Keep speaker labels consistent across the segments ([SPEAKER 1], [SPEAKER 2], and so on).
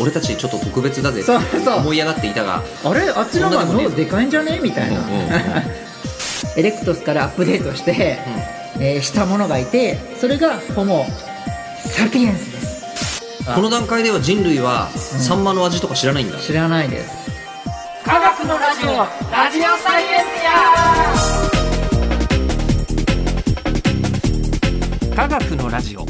[SPEAKER 1] 俺たちちょっと特別だぜって
[SPEAKER 2] そうそう
[SPEAKER 1] 思い上がっていたが
[SPEAKER 2] あれあっちの方が脳でかいんじゃねみたいな、
[SPEAKER 1] うんうんうん
[SPEAKER 2] エレクトスからアップデートして、えーしたものがいてそれがホモ・サピエンスです
[SPEAKER 1] この段階では人類はサンマの味とか知らないんだ
[SPEAKER 2] 知らないです
[SPEAKER 3] 科学のラジオラジオサイエンティア科学のラジオ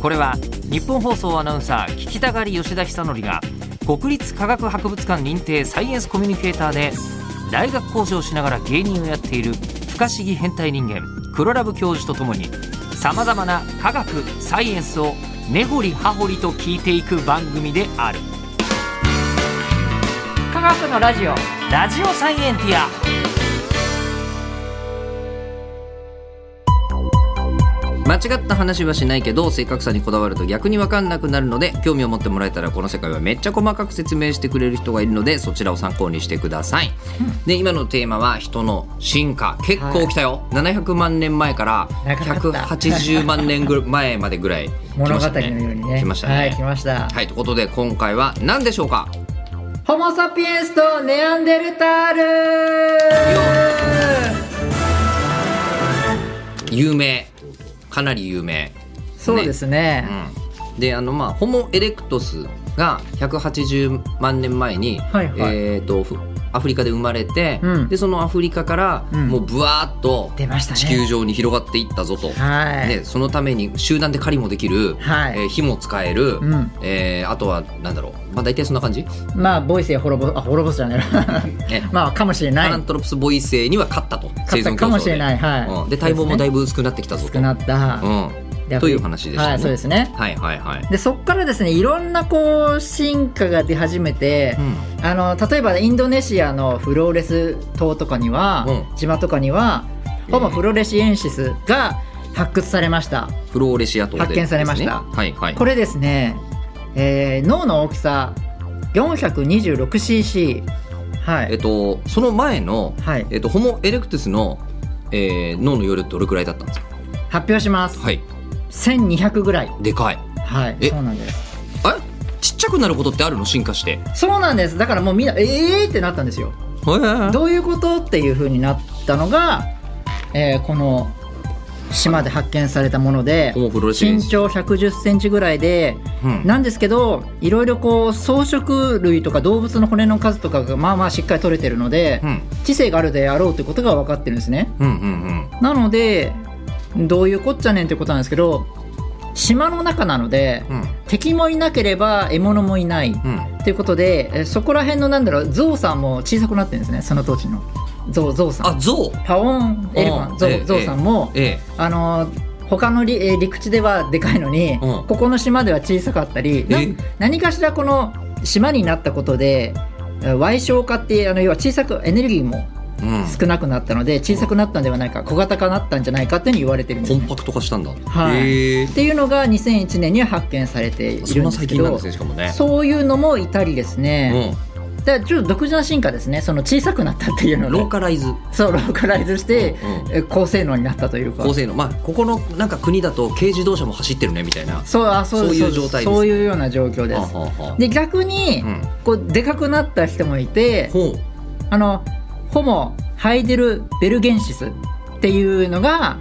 [SPEAKER 3] これは日本放送アナウンサー聞きたがり吉田久典が国立科学博物館認定サイエンスコミュニケーターで大学講師をしながら芸人をやっている不可思議変態人間黒ラブ教授とともにさまざまな科学サイエンスを根掘り葉掘りと聞いていく番組である科学のラジオラジオサイエンティア
[SPEAKER 1] 間違った話はしないけど正確さにこだわると逆に分かんなくなるので興味を持ってもらえたらこの世界はめっちゃ細かく説明してくれる人がいるのでそちらを参考にしてください、で今のテーマは人の進化結構来たよ、700万年前から
[SPEAKER 2] 長かった
[SPEAKER 1] 180万年 ぐらい前までぐらい来ま
[SPEAKER 2] 物
[SPEAKER 1] し
[SPEAKER 2] 語
[SPEAKER 1] た
[SPEAKER 2] の
[SPEAKER 1] ね
[SPEAKER 2] ようにね
[SPEAKER 1] 来ましたね
[SPEAKER 2] はい来ました、
[SPEAKER 1] はい、ということで今回は何でしょうか
[SPEAKER 2] ホモ・サピエンスとネアンデルタール
[SPEAKER 1] 有名かなり有名
[SPEAKER 2] そうですね
[SPEAKER 1] うん、であのまあホモ・エレクトスが180万年前に、
[SPEAKER 2] はいはい
[SPEAKER 1] えー、とふアフリカで生まれて、
[SPEAKER 2] うん
[SPEAKER 1] でそのアフリカから、
[SPEAKER 2] うん
[SPEAKER 1] もうブワーッと
[SPEAKER 2] 出ましたね
[SPEAKER 1] 地球上に広がっていったぞと、
[SPEAKER 2] はい、
[SPEAKER 1] ね、そのために集団で狩りもできる、
[SPEAKER 2] はい
[SPEAKER 1] えー火も使える、
[SPEAKER 2] うん
[SPEAKER 1] えーあとはなんだろう、まあ、大体そんな感じ、
[SPEAKER 2] まあボイスや滅ぼあ滅ぼすじゃない
[SPEAKER 1] ね
[SPEAKER 2] まあかもしれな
[SPEAKER 1] ア
[SPEAKER 2] い
[SPEAKER 1] ラントロプスボイセイには勝ったと
[SPEAKER 2] 勝ったかもしれないはい
[SPEAKER 1] うんで体毛もだいぶ薄くなってきたぞと、
[SPEAKER 2] 少なった、
[SPEAKER 1] う
[SPEAKER 2] で
[SPEAKER 1] ん、という話でしたね、
[SPEAKER 2] はいそうですね
[SPEAKER 1] はいはいはい、
[SPEAKER 2] でそっからですねいろんなこう進化が出始めて、
[SPEAKER 1] うん
[SPEAKER 2] あの例えばインドネシアのフローレス島とかには、
[SPEAKER 1] うん
[SPEAKER 2] 島とかにはホモ
[SPEAKER 1] えー
[SPEAKER 2] フロレシエンシスが発掘されました、
[SPEAKER 1] フローレシア島で
[SPEAKER 2] 発見されました
[SPEAKER 1] ですねはいはい。
[SPEAKER 2] これですね、えー脳の大きさ 426cc は
[SPEAKER 1] えっ
[SPEAKER 2] い
[SPEAKER 1] とその前の、
[SPEAKER 2] はい
[SPEAKER 1] えっとホモエレクトゥスの、えー、脳の容量どれくらいだったんですか。
[SPEAKER 2] 発表します、
[SPEAKER 1] はい。
[SPEAKER 2] 1200ぐらい
[SPEAKER 1] でかい。
[SPEAKER 2] はい
[SPEAKER 1] え
[SPEAKER 2] そうなんです
[SPEAKER 1] えちっちゃくなることってあるの進化して。へ
[SPEAKER 2] そうなんですだからもうみんなえーってなったんですよ
[SPEAKER 1] ー
[SPEAKER 2] どういうことっていう風になったのが、えーこの島で発見されたもので
[SPEAKER 1] ホモフロレシエン
[SPEAKER 2] 身
[SPEAKER 1] シス
[SPEAKER 2] 長1 1 0ンチぐらいで、
[SPEAKER 1] うん
[SPEAKER 2] なんですけどいろいろこう草食類とか動物の骨の数とかがまあまあしっかり取れてるので、
[SPEAKER 1] うん
[SPEAKER 2] 知性があるであろうということが分かってるんですね。
[SPEAKER 1] うんうん
[SPEAKER 2] なのでどういうこっちゃねんってことなんですけど島の中なので、
[SPEAKER 1] うんうん
[SPEAKER 2] 敵もいなければ獲物もいない。
[SPEAKER 1] うん。
[SPEAKER 2] ということでえそこら辺のなんだろうゾウさんも小さくなってるんですねその当時のゾウゾウさ
[SPEAKER 1] あ
[SPEAKER 2] ん
[SPEAKER 1] 象。
[SPEAKER 2] パオンエレファンゾ
[SPEAKER 1] ええ
[SPEAKER 2] ウゾウさんも、
[SPEAKER 1] ええ。
[SPEAKER 2] あの他のりえー陸地ではでかいのに、
[SPEAKER 1] うん
[SPEAKER 2] ここの島では小さかったりな
[SPEAKER 1] え
[SPEAKER 2] 何かしらこの島になったことでえー矮小化っていうあの要は小さくエネルギーも
[SPEAKER 1] うん。
[SPEAKER 2] 少なくなったので小さくなったんではないか小型化なったんじゃないかっていうふうに言われてるんで
[SPEAKER 1] コ
[SPEAKER 2] す、
[SPEAKER 1] ン
[SPEAKER 2] ね、
[SPEAKER 1] パクト化したんだ。
[SPEAKER 2] はい
[SPEAKER 1] へえ
[SPEAKER 2] っ。ていうのが2001年には発見されているん
[SPEAKER 1] そんな
[SPEAKER 2] です
[SPEAKER 1] 最
[SPEAKER 2] け
[SPEAKER 1] 近なん
[SPEAKER 2] ど
[SPEAKER 1] ですねしかもね。
[SPEAKER 2] そういうのもいたりです
[SPEAKER 1] う
[SPEAKER 2] ね、だからちょっと独自な進化ですねその小さくなったっていうの
[SPEAKER 1] ん。
[SPEAKER 2] で
[SPEAKER 1] ローカライズ。
[SPEAKER 2] そうローカライズして
[SPEAKER 1] うんうん
[SPEAKER 2] え高性能になったというか
[SPEAKER 1] 高性能。まあここのなんか国だと軽自動車も走ってるねみたいな。
[SPEAKER 2] そうあそう
[SPEAKER 1] そういう
[SPEAKER 2] です
[SPEAKER 1] 状態です
[SPEAKER 2] そういうような状況です
[SPEAKER 1] はあはあはあ
[SPEAKER 2] で逆に、
[SPEAKER 1] うん
[SPEAKER 2] こうでかくなった人もいて
[SPEAKER 1] ほう。
[SPEAKER 2] あのホモ・ハイデルベルゲンシスっていうのが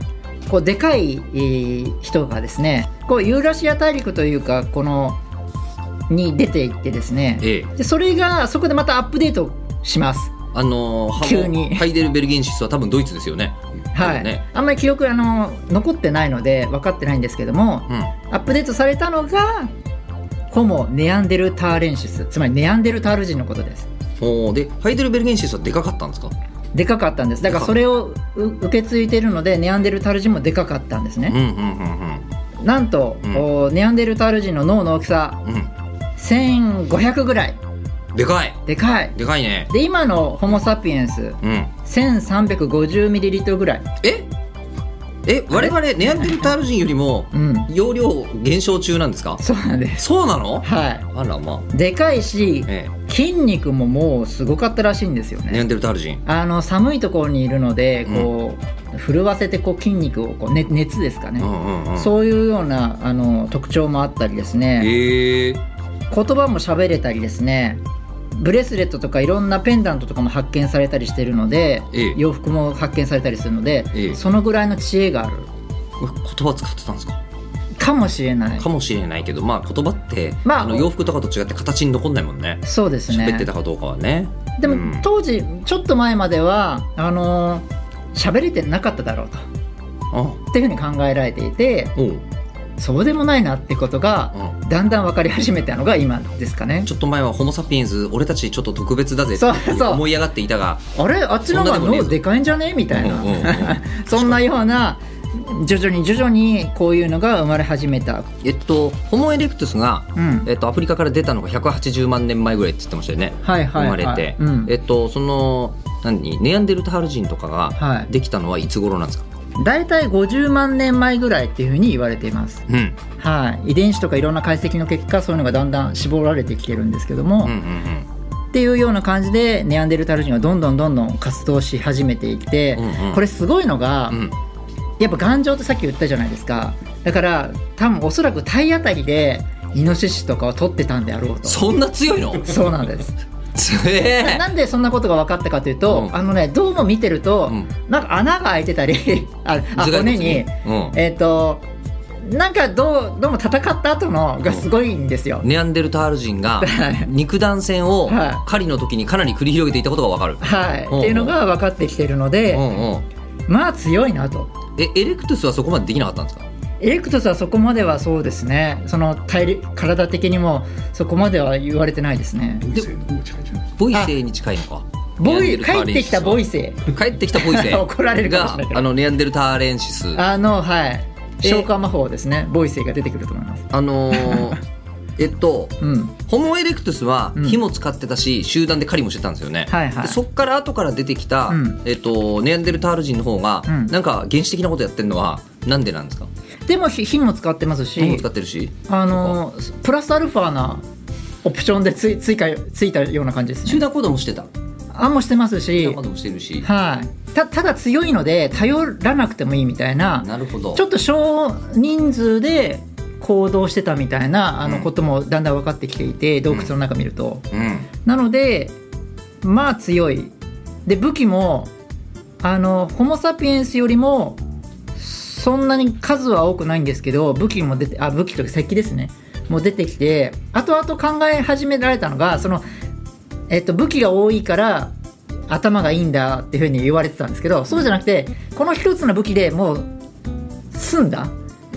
[SPEAKER 2] こうでかい、えー人がですねこうユーラシア大陸というかこのに出ていってですね
[SPEAKER 1] ええ。
[SPEAKER 2] でそれがそこでまたアップデートします
[SPEAKER 1] あのーハモ
[SPEAKER 2] 急に
[SPEAKER 1] ハイデルベルゲンシスは多分ドイツですよね。
[SPEAKER 2] は
[SPEAKER 1] 多分
[SPEAKER 2] い、
[SPEAKER 1] ね
[SPEAKER 2] あんまり記憶あの残ってないので分かってないんですけども、
[SPEAKER 1] うん。
[SPEAKER 2] アップデートされたのがホモ・ネアンデルターレンシスつまりネアンデルタール人のことです
[SPEAKER 1] おーでハイデルベルゲンシスはでかかったんですか
[SPEAKER 2] でかかったんですだからそれをう受け継いでるのでネアンデルタール人もでかかったんです
[SPEAKER 1] うん
[SPEAKER 2] ね、
[SPEAKER 1] うんうん
[SPEAKER 2] なんと、
[SPEAKER 1] うん
[SPEAKER 2] おネアンデルタール人の脳の大きさ
[SPEAKER 1] うんう
[SPEAKER 2] 1500ぐらい
[SPEAKER 1] んでかい
[SPEAKER 2] でかい
[SPEAKER 1] でかいね
[SPEAKER 2] で今のホモ・サピエンス
[SPEAKER 1] うん
[SPEAKER 2] 1350ミリリットルぐらい
[SPEAKER 1] ええ我々ネアンデルタール人よりも
[SPEAKER 2] うん
[SPEAKER 1] 容量減少中なんですか
[SPEAKER 2] そうなんです
[SPEAKER 1] そうなの
[SPEAKER 2] は
[SPEAKER 1] あらま
[SPEAKER 2] いでかいし
[SPEAKER 1] あえ
[SPEAKER 2] 筋肉ももうすごかったらしいんですよ
[SPEAKER 1] えネア
[SPEAKER 2] ね
[SPEAKER 1] ンデルタール人
[SPEAKER 2] あの寒いところにいるのでこう、震わせてこう筋肉をこう、ね、熱ですか
[SPEAKER 1] う
[SPEAKER 2] ね、
[SPEAKER 1] んうんうん
[SPEAKER 2] そういうようなあの特徴もあったりですね
[SPEAKER 1] へえ
[SPEAKER 2] 言葉も喋れたりですねブレスレットとかいろんなペンダントとかも発見されたりしてるので、
[SPEAKER 1] ええ
[SPEAKER 2] 洋服も発見されたりするので、
[SPEAKER 1] ええ
[SPEAKER 2] そのぐらいの知恵がある
[SPEAKER 1] これ言葉使ってたんですか
[SPEAKER 2] かもしれない
[SPEAKER 1] かもしれないけどまあ言葉って、
[SPEAKER 2] まあ
[SPEAKER 1] あの洋服とかと違って形に残んないもんね
[SPEAKER 2] そうですね
[SPEAKER 1] 喋ってたかどうかはね
[SPEAKER 2] でも、
[SPEAKER 1] うん
[SPEAKER 2] 当時ちょっと前まではあのー喋れてなかっただろうとっ
[SPEAKER 1] あ
[SPEAKER 2] ていうふうに考えられていて
[SPEAKER 1] おう、
[SPEAKER 2] そうでもないなってことが
[SPEAKER 1] う
[SPEAKER 2] だんだん分かり始めたのが今ですかね
[SPEAKER 1] ん、ちょっと前はホモ・サピエンス俺たちちょっと特別だぜって
[SPEAKER 2] そうそう
[SPEAKER 1] 思い上がっていたが
[SPEAKER 2] あれあっちの方が
[SPEAKER 1] そんなでもねえぞ
[SPEAKER 2] 脳でかいんじゃねみたいな、
[SPEAKER 1] うんうんうん
[SPEAKER 2] そんなような徐々に徐々にこういうのが生まれ始めた、
[SPEAKER 1] えっとホモ・エレクトゥスが、
[SPEAKER 2] うん、
[SPEAKER 1] えっと、アフリカから出たのが180万年前ぐらいって言ってましたよね
[SPEAKER 2] はいはい、
[SPEAKER 1] 生
[SPEAKER 2] は
[SPEAKER 1] ま
[SPEAKER 2] い、
[SPEAKER 1] れて、
[SPEAKER 2] うん
[SPEAKER 1] えっとその何ネアンデルタール人とか
[SPEAKER 2] は
[SPEAKER 1] が
[SPEAKER 2] い
[SPEAKER 1] できたのはいつ頃なんですか、
[SPEAKER 2] 大体50万年前ぐらいっていうふうに言われています、
[SPEAKER 1] うん
[SPEAKER 2] はい、遺伝子とかいろんな解析の結果そういうのがだんだん絞られてきてるんですけども、
[SPEAKER 1] うんうん
[SPEAKER 2] っていうような感じでネアンデルタール人がどんどんどんどん活動し始めていって、
[SPEAKER 1] うんうん
[SPEAKER 2] これすごいのが、
[SPEAKER 1] うんうん
[SPEAKER 2] やっぱ頑丈ってさっき言ったじゃないですかだから多分おそらく体当たりでイノシシとかを取ってたんであろうと
[SPEAKER 1] そんな強いの
[SPEAKER 2] そうなんです
[SPEAKER 1] 強 え
[SPEAKER 2] なんでそんなことが分かったかというと、
[SPEAKER 1] うん
[SPEAKER 2] あのねどうも見てると、
[SPEAKER 1] うん
[SPEAKER 2] なんか穴が開いて たりああ
[SPEAKER 1] 頭蓋骨
[SPEAKER 2] 骨に
[SPEAKER 1] うん
[SPEAKER 2] えっ、となんかどうどうも戦った後のがすごいんですよ、
[SPEAKER 1] ネアンデルタール人が
[SPEAKER 2] はい
[SPEAKER 1] 肉弾戦を
[SPEAKER 2] はい
[SPEAKER 1] 狩りの時にかなり繰り広げていたことがわかる。
[SPEAKER 2] はい、
[SPEAKER 1] うん
[SPEAKER 2] っていうのが分かってきてるの
[SPEAKER 1] う
[SPEAKER 2] で、
[SPEAKER 1] んうん、
[SPEAKER 2] まあ強いなと
[SPEAKER 1] えエレクトゥスはそこまでできなかったんですか
[SPEAKER 2] エレクトスはそこまではそうですねその体力体的にもそこまでは言われてないですね
[SPEAKER 1] で
[SPEAKER 4] 性の方が近いんじゃない
[SPEAKER 1] ボイセイに近いのか
[SPEAKER 2] ボ
[SPEAKER 1] ネアンデ
[SPEAKER 2] イ
[SPEAKER 1] ルタ
[SPEAKER 2] 帰
[SPEAKER 1] ー
[SPEAKER 2] っ
[SPEAKER 1] レン
[SPEAKER 2] て
[SPEAKER 1] シ
[SPEAKER 2] き
[SPEAKER 1] スは
[SPEAKER 2] たボイセ
[SPEAKER 1] 帰ってきたボイセイ
[SPEAKER 2] 怒られるかもし
[SPEAKER 1] が
[SPEAKER 2] れないけど
[SPEAKER 1] あのネアンデルターレンシス
[SPEAKER 2] イあのはい
[SPEAKER 1] え
[SPEAKER 2] 消化魔法ですねボイセイが出てくると思います
[SPEAKER 1] あの ーえっと
[SPEAKER 2] うん
[SPEAKER 1] ホモ・エレクトゥスは
[SPEAKER 2] うん
[SPEAKER 1] 火も使ってたし、集団で狩りもしてたんですよね、
[SPEAKER 2] はいはい
[SPEAKER 1] でそっから後から出てきた、
[SPEAKER 2] うん
[SPEAKER 1] えっと、ネアンデルタール人の方が、
[SPEAKER 2] うん
[SPEAKER 1] なんか原始的なことやってるのはなんでなんですか
[SPEAKER 2] でも火火も使ってますし
[SPEAKER 1] 火も使ってるし
[SPEAKER 2] あのプラスアルファなオプションでつい追加ついたような感じです
[SPEAKER 1] 集
[SPEAKER 2] ね
[SPEAKER 1] 団行動もしてた
[SPEAKER 2] あもしてます
[SPEAKER 1] 集
[SPEAKER 2] し
[SPEAKER 1] 団行動もしてるし、
[SPEAKER 2] はいたただ強いので頼らなくてもいいみたいな
[SPEAKER 1] なるほど
[SPEAKER 2] ちょっと少人数で行動してたみたいなあ
[SPEAKER 1] う
[SPEAKER 2] の
[SPEAKER 1] ん
[SPEAKER 2] こともだんだん分かってきていて、洞窟の中見ると。
[SPEAKER 1] うん
[SPEAKER 2] なのでまあ強い。で武器もあのホモ・サピエンスよりもそんなに数は多くないんですけど武器も出てあ武器というか石器ですねもう出てきて後々考え始められたのがその、えっと、武器が多いから頭がいいんだっていうふうに言われてたんですけどそうじゃなくてこの一つの武器でもう済んだ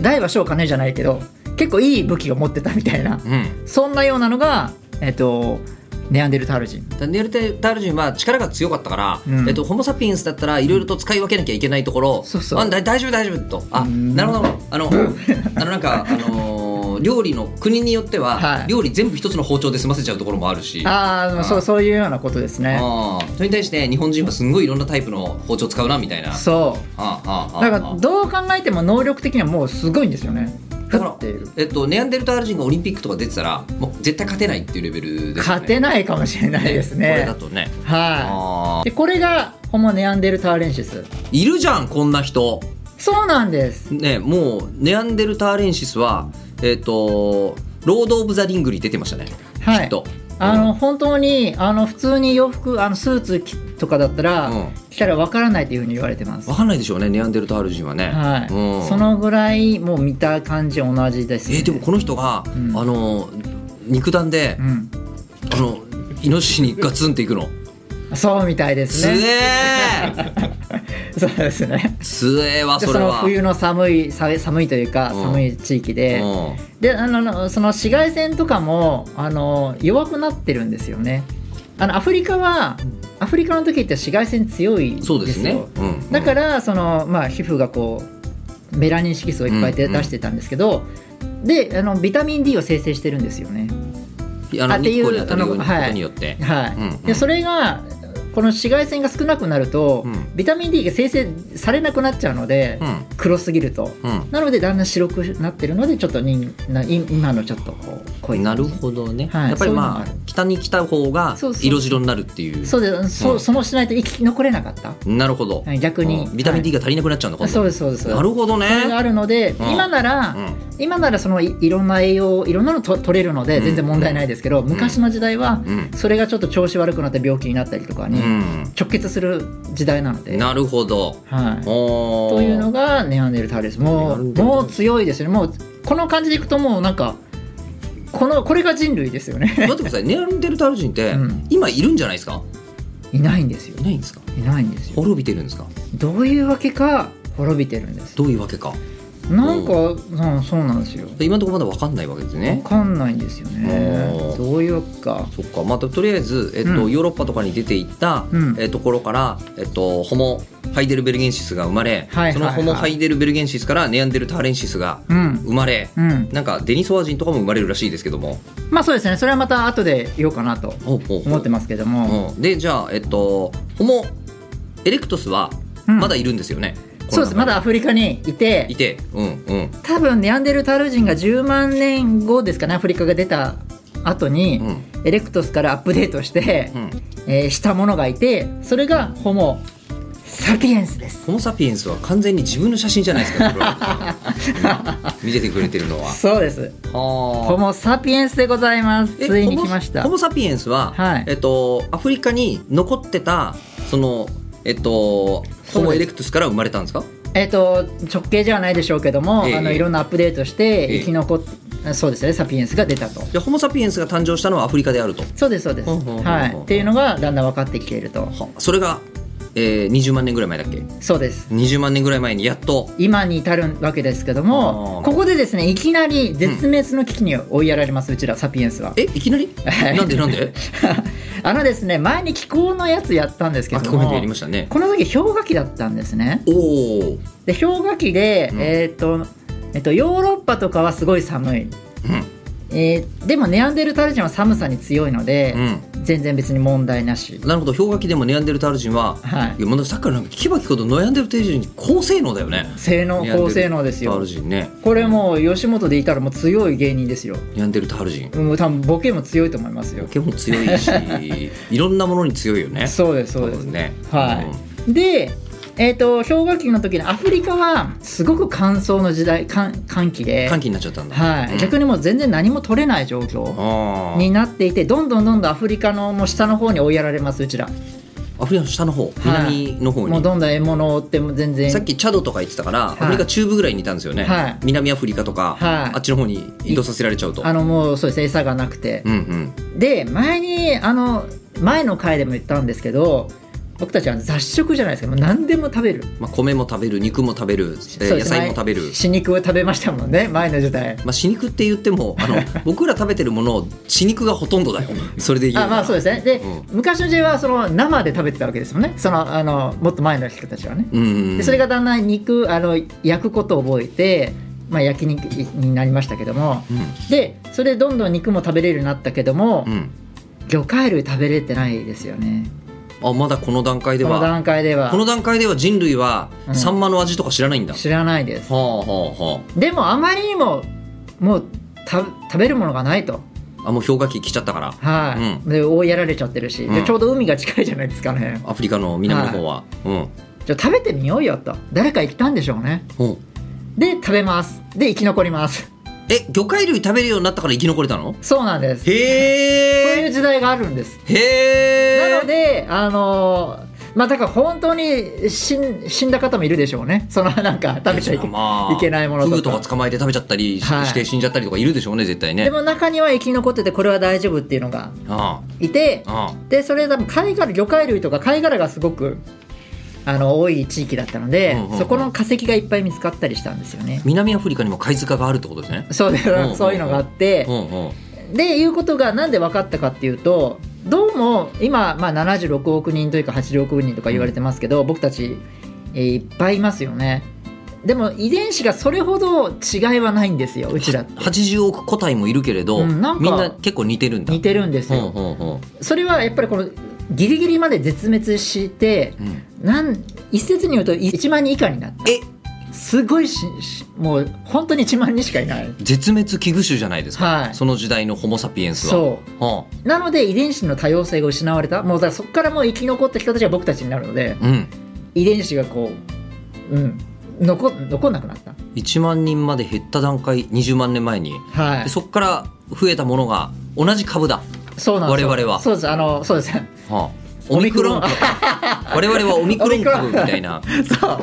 [SPEAKER 2] 大は小かねじゃないけど結構いい武器を持ってたみたいな
[SPEAKER 1] うん
[SPEAKER 2] そんなようなのが、えっと、ネアンデルタール人。
[SPEAKER 1] だからネアンデルタール人は力が強かったから、
[SPEAKER 2] うん
[SPEAKER 1] えっと、ホモ・サピエンスだったらいろいろと使い分けなきゃいけないところ
[SPEAKER 2] そうそう
[SPEAKER 1] あだ大丈夫大丈夫とあ
[SPEAKER 2] うん
[SPEAKER 1] なるほどあ のあのなんか、あのー料理の国によっては、
[SPEAKER 2] はい
[SPEAKER 1] 料理全部一つの包丁で済ませちゃうところもあるし
[SPEAKER 2] あ
[SPEAKER 1] あ
[SPEAKER 2] あそうそういうようなことですね。
[SPEAKER 1] あーそれに対して日本人はすんごいいろんなタイプの包丁使うなみたいな
[SPEAKER 2] そう
[SPEAKER 1] ああああ
[SPEAKER 2] だからどう考えても能力的にはもうすごいんですよね。
[SPEAKER 1] だから
[SPEAKER 2] ふっていう
[SPEAKER 1] えっと、ネアンデルタール人がオリンピックとか出てたらもう絶対勝てないっていうレベルですよね
[SPEAKER 2] 勝てないかもしれないです
[SPEAKER 1] これ
[SPEAKER 2] ね
[SPEAKER 1] だ。とね
[SPEAKER 2] はい。でこれがホモネアンデルターレンシス。
[SPEAKER 1] いるじゃんこんな人
[SPEAKER 2] そうなんです。
[SPEAKER 1] ねもうネアンデルターレンシスはえっ、とロード・オブ・ザ・リングに出てましたね、
[SPEAKER 2] はい
[SPEAKER 1] きっと
[SPEAKER 2] あの本当にあの普通に洋服あのスーツ着とかだったら、
[SPEAKER 1] うん
[SPEAKER 2] 着たらわからないというふうに言われてます
[SPEAKER 1] 分。かんないでしょうねネアンデルタール人はね、
[SPEAKER 2] はい、
[SPEAKER 1] うん、
[SPEAKER 2] そのぐらいもう見た感じ同じです、
[SPEAKER 1] え
[SPEAKER 2] ね。
[SPEAKER 1] ーでもこの人が、
[SPEAKER 2] うん
[SPEAKER 1] あの肉弾で
[SPEAKER 2] う、ん、
[SPEAKER 1] あのイノシシにガツンっていくの
[SPEAKER 2] そうみたいです
[SPEAKER 1] つ
[SPEAKER 2] ね。
[SPEAKER 1] え
[SPEAKER 2] そうですね。
[SPEAKER 1] つえは
[SPEAKER 2] で
[SPEAKER 1] そ
[SPEAKER 2] そ
[SPEAKER 1] れ
[SPEAKER 2] の
[SPEAKER 1] は
[SPEAKER 2] 冬の寒いさ寒いというか
[SPEAKER 1] うん
[SPEAKER 2] 寒い地域で、
[SPEAKER 1] うん
[SPEAKER 2] であのその紫外線とかもあの弱くなってるんですよねあのアフリカはアフリカの時って紫外線強いです
[SPEAKER 1] そ
[SPEAKER 2] よ
[SPEAKER 1] うですねうん
[SPEAKER 2] だからその、まあ、皮膚がこうメラニン色素をいっぱい出
[SPEAKER 1] うんうん
[SPEAKER 2] 出してたんですけど、であのビタミン D を生成してるんですよね
[SPEAKER 1] あの
[SPEAKER 2] あって
[SPEAKER 1] 日
[SPEAKER 2] いう
[SPEAKER 1] 光に当たるように
[SPEAKER 2] あのはい
[SPEAKER 1] ことによって、
[SPEAKER 2] はい、
[SPEAKER 1] うんうん
[SPEAKER 2] でそれがこの紫外線が少なくなると、
[SPEAKER 1] うん
[SPEAKER 2] ビタミン D が生成されなくなっちゃうので、
[SPEAKER 1] うん
[SPEAKER 2] 黒すぎると
[SPEAKER 1] うん
[SPEAKER 2] なのでだんだん白くなってるのでちょっとにない今のちょっとこう濃い
[SPEAKER 1] な
[SPEAKER 2] 感じ
[SPEAKER 1] るほどね、
[SPEAKER 2] はい
[SPEAKER 1] やっぱりまあ
[SPEAKER 2] そういうのがある
[SPEAKER 1] 北に来た方が
[SPEAKER 2] そうそう
[SPEAKER 1] 色白になるっていう
[SPEAKER 2] そうでそう、
[SPEAKER 1] うん
[SPEAKER 2] そのしないと生き残れなかった、
[SPEAKER 1] なるほど、
[SPEAKER 2] はい逆に、
[SPEAKER 1] うんビタミン D
[SPEAKER 2] が、
[SPEAKER 1] が足りなくなっちゃうの
[SPEAKER 2] は
[SPEAKER 1] 今
[SPEAKER 2] い、そう
[SPEAKER 1] 度、
[SPEAKER 2] ですそうです
[SPEAKER 1] なるほどね
[SPEAKER 2] それがあるので、
[SPEAKER 1] うん
[SPEAKER 2] 今なら、
[SPEAKER 1] うん
[SPEAKER 2] 今ならそのいいろんな栄養いろんなのと取れるので
[SPEAKER 1] うん
[SPEAKER 2] 全然問題ないですけど、昔の時代は、
[SPEAKER 1] うん
[SPEAKER 2] それがちょっと調子悪くなって病気になったりとかに直結する時代なの
[SPEAKER 1] うん
[SPEAKER 2] で、
[SPEAKER 1] なるほど
[SPEAKER 2] はい、
[SPEAKER 1] おー
[SPEAKER 2] というのがネアンデルタールですも
[SPEAKER 1] ネア
[SPEAKER 2] う
[SPEAKER 1] ンデルタール
[SPEAKER 2] もう強いですよねもうこの感じでいくともうなんかこのこれが人類ですよね
[SPEAKER 1] 待ってくださいネアンデルタール人って
[SPEAKER 2] うん
[SPEAKER 1] 今いるんじゃないですか
[SPEAKER 2] いないんですよ
[SPEAKER 1] いないんですか
[SPEAKER 2] いないんですよ
[SPEAKER 1] 滅びてるんですか
[SPEAKER 2] どういうわけか滅びてるんです
[SPEAKER 1] どういうわけか
[SPEAKER 2] なんか、うん、そうなんですよ
[SPEAKER 1] 今のところまだ分かんないわけです
[SPEAKER 2] わ
[SPEAKER 1] ね
[SPEAKER 2] かんないんですよね
[SPEAKER 1] おー
[SPEAKER 2] どういうわけか
[SPEAKER 1] そっかまたとりあえず、えっと
[SPEAKER 2] うん
[SPEAKER 1] ヨーロッパとかに出ていった、
[SPEAKER 2] うん
[SPEAKER 1] えところから、えっと、ホモハイデルベルゲンシスが生まれ、
[SPEAKER 2] はいはいはい
[SPEAKER 1] そのホモハイデルベルゲンシスからネアンデルターレンシスが
[SPEAKER 2] うん
[SPEAKER 1] 生まれ、
[SPEAKER 2] うん
[SPEAKER 1] なんかデニソワ人とかも生まれるらしいですけども
[SPEAKER 2] まあそうですねそれはまた後で言おうかなと思って
[SPEAKER 1] ま
[SPEAKER 2] ますけども、
[SPEAKER 1] うん、でじゃあえっとホモエレクトスは
[SPEAKER 2] うん
[SPEAKER 1] まだいるんですよね、
[SPEAKER 2] そう
[SPEAKER 1] この中
[SPEAKER 2] です
[SPEAKER 1] に
[SPEAKER 2] まだアフリカにいて
[SPEAKER 1] いてうんうん
[SPEAKER 2] 多分ネアンデルタール人が10万年後ですかねアフリカが出た後に、
[SPEAKER 1] うん
[SPEAKER 2] エレクトスからアップデートして
[SPEAKER 1] う、ん
[SPEAKER 2] えーしたものがいてそれがホモ・サピエンスです
[SPEAKER 1] ホモ・サピエンスは完全に自分の写真じゃないですかこれは うん見せてくれてるのは
[SPEAKER 2] そうですホ
[SPEAKER 1] は
[SPEAKER 2] モ・サピエンスでございます
[SPEAKER 1] え
[SPEAKER 2] ついに来ました
[SPEAKER 1] ホモホモサピエンスは、
[SPEAKER 2] はい
[SPEAKER 1] えっと、アフリカに残ってたそのえっと
[SPEAKER 2] す
[SPEAKER 1] ホモエレクトスから生まれたんですか
[SPEAKER 2] えっと直径じゃないでしょうけども、
[SPEAKER 1] ええ
[SPEAKER 2] あのいろんなアップデートして
[SPEAKER 1] ええ
[SPEAKER 2] 生き残っ、そうですねサピエンスが出たと
[SPEAKER 1] じゃあホモ・サピエンスが誕生したのはアフリカであると
[SPEAKER 2] そうですそうです、
[SPEAKER 1] ほうほうほうほう
[SPEAKER 2] はいっていうのがだんだん分かってきていると
[SPEAKER 1] はそれが、えー、20万年ぐらい前だっけ
[SPEAKER 2] そうです
[SPEAKER 1] 20万年ぐらい前にやっと
[SPEAKER 2] 今に至るわけですけど
[SPEAKER 1] あ
[SPEAKER 2] も
[SPEAKER 1] ー
[SPEAKER 2] ここでですねいきなり絶滅の危機に追いやられます、うちらサピエンスは
[SPEAKER 1] えいきなりなんでなんで
[SPEAKER 2] あのですね前に気候のやつやったんですけ
[SPEAKER 1] あ聞
[SPEAKER 2] ど
[SPEAKER 1] こ
[SPEAKER 2] も
[SPEAKER 1] えてやりましたね
[SPEAKER 2] この時氷河期だったんですね
[SPEAKER 1] おお、
[SPEAKER 2] で氷河期で、
[SPEAKER 1] うん
[SPEAKER 2] えーっとえっとヨーロッパとかはすごい寒い、えーでもネアンデルタール人は寒さに強いので、
[SPEAKER 1] うんうん、
[SPEAKER 2] 全然別に問題なし、
[SPEAKER 1] なるほど氷河期でもネアンデルタール人は、
[SPEAKER 2] はい
[SPEAKER 1] い、やもうさっきからなんか聞けば聞くほどネアンデルタール人高性能だよね
[SPEAKER 2] 性能高性能です
[SPEAKER 1] ネアン
[SPEAKER 2] よ
[SPEAKER 1] デルタール人ね
[SPEAKER 2] これもう吉本でいたらもう強い芸人ですよ
[SPEAKER 1] ネアンデルタール人
[SPEAKER 2] もう多分ボケも強いと思いますよ
[SPEAKER 1] ボケも強いしいろんなものに強いよね
[SPEAKER 2] そうですそうです
[SPEAKER 1] 多分ね
[SPEAKER 2] はいで、えー、と氷河期の時にアフリカはすごく乾燥の時代寒寒気
[SPEAKER 1] う
[SPEAKER 2] で
[SPEAKER 1] ん、歓喜になっちゃったんだ
[SPEAKER 2] はい
[SPEAKER 1] うん
[SPEAKER 2] 逆にもう全然何も取れない状況
[SPEAKER 1] あー
[SPEAKER 2] になっていてどんどんどんどんアフリカのもう下の方に追いやられますうちら
[SPEAKER 1] アフリカの下の方南の方に、
[SPEAKER 2] もうどんどん獲物を追っても全然
[SPEAKER 1] さっきチャドとか言ってたから、
[SPEAKER 2] い
[SPEAKER 1] アフリカ中部ぐらいにいたんですよね、
[SPEAKER 2] はい
[SPEAKER 1] 南アフリカとか、
[SPEAKER 2] はい
[SPEAKER 1] あっちの方に移動させられちゃうと
[SPEAKER 2] あのもうそうです餌がなくて
[SPEAKER 1] う、んうん
[SPEAKER 2] で前にあの前の回でも言ったんですけど僕たちは雑食じゃないですかもう何でも食べる、
[SPEAKER 1] まあ、米も食べる肉も食べる、えー
[SPEAKER 2] そう
[SPEAKER 1] 野
[SPEAKER 2] です
[SPEAKER 1] 菜も食べる
[SPEAKER 2] 前死肉を食べましたもんね前の時代
[SPEAKER 1] まあ、死肉って言ってもあの僕ら食べてるもの死肉がほとんどだ よそれで言う
[SPEAKER 2] あまあそうですすねで、
[SPEAKER 1] う
[SPEAKER 2] 昔の時代はその生で食べてたわけですよねそのあのもっと前の人たちはね、
[SPEAKER 1] うんうんう
[SPEAKER 2] で
[SPEAKER 1] ん
[SPEAKER 2] それがだんだん肉あの焼くことを覚えて、まあ、焼肉になりましたけども
[SPEAKER 1] う
[SPEAKER 2] でそれでどんどん肉も食べれるようになったけども、
[SPEAKER 1] んうん
[SPEAKER 2] 魚介類食べれてないですよね
[SPEAKER 1] あまだこの段階で
[SPEAKER 2] この
[SPEAKER 1] は
[SPEAKER 2] 段階では
[SPEAKER 1] この段階では人類は
[SPEAKER 2] うん
[SPEAKER 1] サンマの味とか知らないんだ、
[SPEAKER 2] 知らないです
[SPEAKER 1] はあはあは
[SPEAKER 2] でもあまりにももうた食べるものがないと
[SPEAKER 1] ああもう氷河期来ちゃったから
[SPEAKER 2] はい、
[SPEAKER 1] うん
[SPEAKER 2] で追いやられちゃってるし、で
[SPEAKER 1] うん
[SPEAKER 2] ちょうど海が近いじゃないですかね
[SPEAKER 1] アフリカの南の方は、
[SPEAKER 2] じゃあ食べてみようよと誰か言ったんでしょうね
[SPEAKER 1] うん、うん、
[SPEAKER 2] で食べますで生き残ります
[SPEAKER 1] え魚介類食べるようになったから生き残れたの
[SPEAKER 2] そうなんですそうい
[SPEAKER 1] へ
[SPEAKER 2] う
[SPEAKER 1] え
[SPEAKER 2] 時代があるんです
[SPEAKER 1] へえ
[SPEAKER 2] なのであのーまあだから本当に死ん死んだ方もいるでしょうねそのなんか食べちゃいけ,、
[SPEAKER 1] まあ
[SPEAKER 2] いけないもの
[SPEAKER 1] フ
[SPEAKER 2] と
[SPEAKER 1] グと
[SPEAKER 2] か
[SPEAKER 1] か捕まえて食べちゃったりし
[SPEAKER 2] はい
[SPEAKER 1] して死んじゃったりとかいるでしょうね絶対ね
[SPEAKER 2] でも中には生き残っててこれは大丈夫っていうのが
[SPEAKER 1] あ
[SPEAKER 2] いて
[SPEAKER 1] あああ
[SPEAKER 2] でそれ多分貝殻魚介類とか貝殻がすごくあの多い地域だったので、
[SPEAKER 1] うんうんうん
[SPEAKER 2] そこの化石がいっぱい見つかったりしたんですよね。
[SPEAKER 1] 南アフリカにも貝塚があるってことですね
[SPEAKER 2] そうで
[SPEAKER 1] んうんうん
[SPEAKER 2] そういうのがあって
[SPEAKER 1] う、んうん
[SPEAKER 2] でいうことがなんで分かったかっていうとどうも今、まあ、76億人というか80億人とか言われてますけど、僕たち、えーいっぱいいますよね。でも遺伝子がそれほど違いはないんですようちらって
[SPEAKER 1] 80億個体もいるけれど、
[SPEAKER 2] うんなんか
[SPEAKER 1] みんな結構似てるんだ
[SPEAKER 2] 似てるんですよ。
[SPEAKER 1] うんうんうん
[SPEAKER 2] それはやっぱりこのギリギリまで絶滅して
[SPEAKER 1] うん
[SPEAKER 2] なん一説によると1万人以下になった
[SPEAKER 1] え
[SPEAKER 2] すごいししもう本当に1万人しかいない
[SPEAKER 1] 絶滅危惧種じゃないですか、
[SPEAKER 2] はい
[SPEAKER 1] その時代のホモ・サピエンスは、
[SPEAKER 2] そう
[SPEAKER 1] は
[SPEAKER 2] うなので遺伝子の多様性が失われたもうだからそこからもう生き残った人たちが僕たちになるので
[SPEAKER 1] あうん、
[SPEAKER 2] 遺伝子がこううん残残んなくなった
[SPEAKER 1] 1万人まで減った段階20万年前に、
[SPEAKER 2] は
[SPEAKER 1] で
[SPEAKER 2] い
[SPEAKER 1] そこから増えたものが同じ株 だ、
[SPEAKER 2] そうなんですよ
[SPEAKER 1] 我々は
[SPEAKER 2] そうですあのそうです
[SPEAKER 1] はあオミクロン株我々はオミクロン株みたいな
[SPEAKER 2] そう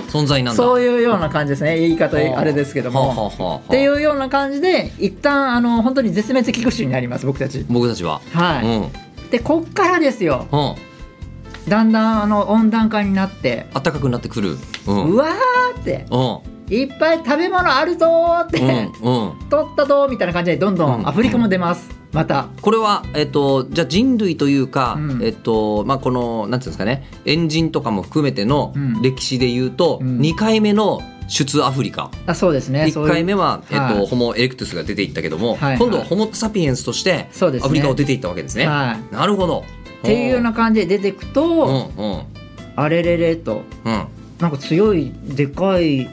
[SPEAKER 1] 存在なんだ
[SPEAKER 2] そういうような感じですね言い方
[SPEAKER 1] は
[SPEAKER 2] あれですけども、
[SPEAKER 1] はあはあはあはあ
[SPEAKER 2] っていうような感じで一旦あの本当に絶滅危惧種になります僕たち
[SPEAKER 1] 僕たちは、
[SPEAKER 2] はい、
[SPEAKER 1] うん、
[SPEAKER 2] でこっからですよ
[SPEAKER 1] うん、
[SPEAKER 2] だんだんあの温暖化になって、
[SPEAKER 1] 暖かくなってくるう
[SPEAKER 2] うん
[SPEAKER 1] うん
[SPEAKER 2] わーって
[SPEAKER 1] うん
[SPEAKER 2] いっぱい食べ物あるぞーって、
[SPEAKER 1] うん
[SPEAKER 2] 取ったぞーみたいな感じでどんど
[SPEAKER 1] うん
[SPEAKER 2] んアフリカも出ますまた
[SPEAKER 1] これは、えっと、じゃあ人類というか、
[SPEAKER 2] うん
[SPEAKER 1] えっとまあ、このなんていうんですかねエンジンとかも含めての
[SPEAKER 2] うん
[SPEAKER 1] 歴史で言うと、
[SPEAKER 2] うん
[SPEAKER 1] 2回目の出アフリカ、
[SPEAKER 2] あそうですね
[SPEAKER 1] 1回目
[SPEAKER 2] は
[SPEAKER 1] は、えっと
[SPEAKER 2] はい
[SPEAKER 1] ホモ・エレクトゥスが出ていったけども、
[SPEAKER 2] はいはい
[SPEAKER 1] 今度はホモ・サピエンスとして
[SPEAKER 2] そうですね
[SPEAKER 1] アフリカを出ていったわけですね。
[SPEAKER 2] はい、っ
[SPEAKER 1] なるほど
[SPEAKER 2] ていうような感じで出てくと、
[SPEAKER 1] うんうん
[SPEAKER 2] あれれれと
[SPEAKER 1] うん
[SPEAKER 2] なんか強いでかい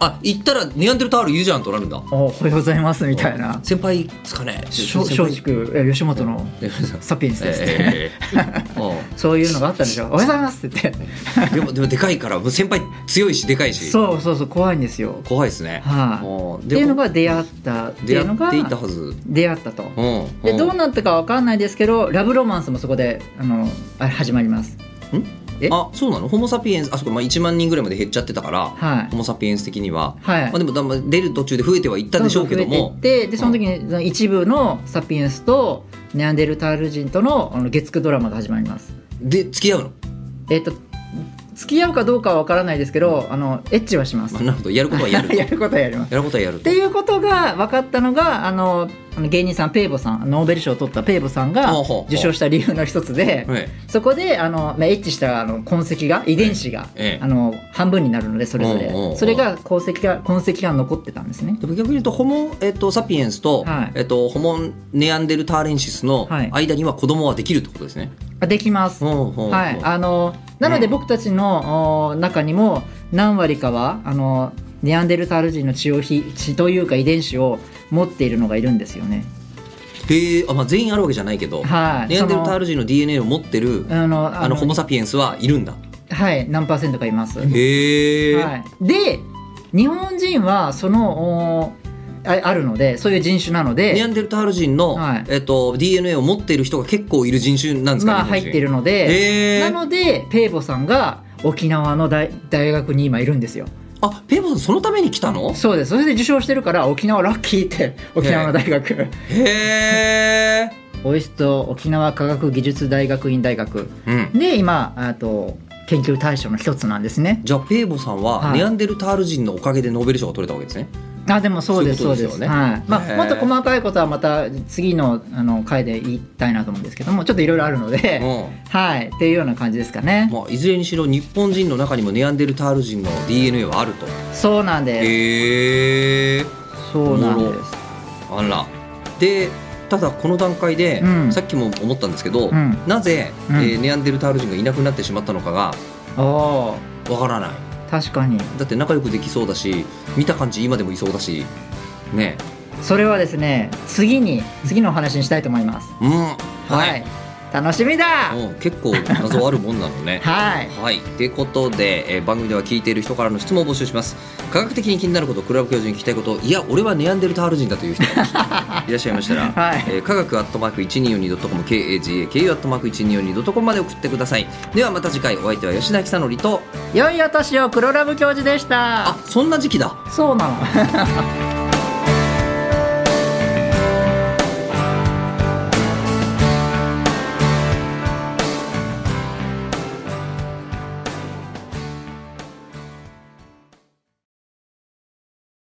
[SPEAKER 1] あ行ったらネアンデルタールいるじゃんとなるんだ
[SPEAKER 2] あおはようございますみたいな
[SPEAKER 1] 先輩ですかね
[SPEAKER 2] しょ松
[SPEAKER 1] 先輩
[SPEAKER 2] 竹え吉本の
[SPEAKER 1] え
[SPEAKER 2] サピエンスですって、
[SPEAKER 1] えーうん
[SPEAKER 2] そういうのがあったんでしょ「おはようございます」って言って
[SPEAKER 1] でもでもでかいからもう先輩強いしでかいし
[SPEAKER 2] そうそうそう怖いんですよ。
[SPEAKER 1] 怖いですね。
[SPEAKER 2] はい、
[SPEAKER 1] もう
[SPEAKER 2] っていうの
[SPEAKER 1] でも
[SPEAKER 2] が出会ったっていう
[SPEAKER 1] 出会
[SPEAKER 2] のが
[SPEAKER 1] っていたはず。
[SPEAKER 2] 出会ったと。
[SPEAKER 1] うん
[SPEAKER 2] で
[SPEAKER 1] ん
[SPEAKER 2] どうなったかわかんないですけどラブロマンスもそこであのあ始まります。え
[SPEAKER 1] あそうなのホモ・サピエンスあそこ、まあ、1万人ぐらいまで減っちゃってたから、
[SPEAKER 2] はい
[SPEAKER 1] ホモ・サピエンス的には、
[SPEAKER 2] はい
[SPEAKER 1] まあ、でもだまあ出る途中で増えてはいったでしょうけど
[SPEAKER 2] どんど
[SPEAKER 1] も
[SPEAKER 2] ん増えていってでその時にその一部のサピエンスとネアンデルタール人とのあの月9ドラマが始まります。
[SPEAKER 1] で付き合うの、
[SPEAKER 2] えっと付き合うかどうかはわからないですけどあのエッチはします
[SPEAKER 1] まあ、。なるほどやることはやると
[SPEAKER 2] や
[SPEAKER 1] や
[SPEAKER 2] ることはやります。
[SPEAKER 1] ることはやる
[SPEAKER 2] っ
[SPEAKER 1] と
[SPEAKER 2] ていうことが分かったのがあのあの芸人さんペーボさんノーベル賞を取ったペーボさんが
[SPEAKER 1] ほうほうほう
[SPEAKER 2] 受賞した理由の一つで
[SPEAKER 1] はい
[SPEAKER 2] そこであの、まあ、エッチしたあの痕跡が遺伝子が、
[SPEAKER 1] ええ
[SPEAKER 2] あの半分になるのでそれぞれ、
[SPEAKER 1] おうおうおう
[SPEAKER 2] それが痕跡が痕跡が残ってたんですね。
[SPEAKER 1] でも逆に言うとホモ、えっとサピエンスと,、
[SPEAKER 2] はい
[SPEAKER 1] えっとホモ・ネアンデルターレンシスの
[SPEAKER 2] はい
[SPEAKER 1] 間には子供はできるってことですね。
[SPEAKER 2] あできます、
[SPEAKER 1] ほうほうほう
[SPEAKER 2] はい、あのなので
[SPEAKER 1] うん
[SPEAKER 2] 僕たちの、お中にも何割かはあのネアンデルタール人の血をひ血というか遺伝子を持っているのがいるんですよね。
[SPEAKER 1] へえ、あまあ、全員あるわけじゃないけど、
[SPEAKER 2] はい、
[SPEAKER 1] ネアンデルター
[SPEAKER 2] そ
[SPEAKER 1] ル人の DNA を持ってる
[SPEAKER 2] のあのあの
[SPEAKER 1] あのホモ・サピエンスはいるんだ。
[SPEAKER 2] はい何パーセントかいます。
[SPEAKER 1] へえ、
[SPEAKER 2] はい、で日本人はそのおーああるのでそういう人種なの
[SPEAKER 1] ネア
[SPEAKER 2] で
[SPEAKER 1] ンデルタール人の、
[SPEAKER 2] はい
[SPEAKER 1] えっと DNA を持っている人が結構いる人種なんですか、
[SPEAKER 2] まあ
[SPEAKER 1] 日本
[SPEAKER 2] 入
[SPEAKER 1] 人
[SPEAKER 2] ってるので、
[SPEAKER 1] へ
[SPEAKER 2] な
[SPEAKER 1] え
[SPEAKER 2] のでペーボさんが沖縄の大大学に今いるんですよ
[SPEAKER 1] あペーボさんそのために来たの
[SPEAKER 2] そうですそれで受賞してるから沖縄ラッキーって沖縄の大学
[SPEAKER 1] へえ、
[SPEAKER 2] オイスト沖縄科学技術大学院大学
[SPEAKER 1] うん、
[SPEAKER 2] で今あと研究対象の一つなんですね
[SPEAKER 1] じゃあペーボさんは
[SPEAKER 2] はい
[SPEAKER 1] ネアンデルタール人のおかげでノーベル賞が取れたわけですね、
[SPEAKER 2] あでもそうです
[SPEAKER 1] そ
[SPEAKER 2] そうう
[SPEAKER 1] いう
[SPEAKER 2] で
[SPEAKER 1] こと
[SPEAKER 2] す
[SPEAKER 1] ですよね
[SPEAKER 2] はいま
[SPEAKER 1] へー
[SPEAKER 2] あ、もっと細かいことはまた次のあの回で言いたいなと思うんですけどもちょっといろいろあるので、
[SPEAKER 1] う
[SPEAKER 2] はい、っていうような感じですかね
[SPEAKER 1] ん。まあ、いずれにしろ日本人の中にもネアンデルタール人の DNA はあると
[SPEAKER 2] そうなんです。
[SPEAKER 1] へえ
[SPEAKER 2] そうなんです。
[SPEAKER 1] あらでただこの段階で、
[SPEAKER 2] うん
[SPEAKER 1] さっきも思ったんですけど、
[SPEAKER 2] うん
[SPEAKER 1] なぜ、
[SPEAKER 2] うん
[SPEAKER 1] えーネアンデルタール人がいなくなってしまったのかが
[SPEAKER 2] あ
[SPEAKER 1] わからない
[SPEAKER 2] あ、確かに。
[SPEAKER 1] だって仲良くできそうだし見た感じ今でもいそうだしね
[SPEAKER 2] それはですね、次に次のお話にしたいと思います。
[SPEAKER 1] うん
[SPEAKER 2] はい、楽しみだ。
[SPEAKER 1] うん、結構謎あるもんなの ね
[SPEAKER 2] はい、
[SPEAKER 1] はいということで、えー番組では聞いている人からの質問を募集します科学的に気になることクラブ教授に聞きたいこといや俺はネアンデルタール人だという人がも しいらっしゃいましたら、
[SPEAKER 2] はい
[SPEAKER 1] えー科学アットマーク 1242.com KAGAKU アットマーク 1242.com まで送ってくださいではまた次回お相手は吉田久典と
[SPEAKER 2] 良いお年を黒ラブ教授でした
[SPEAKER 1] あ。そんな時期だ
[SPEAKER 2] そうなの。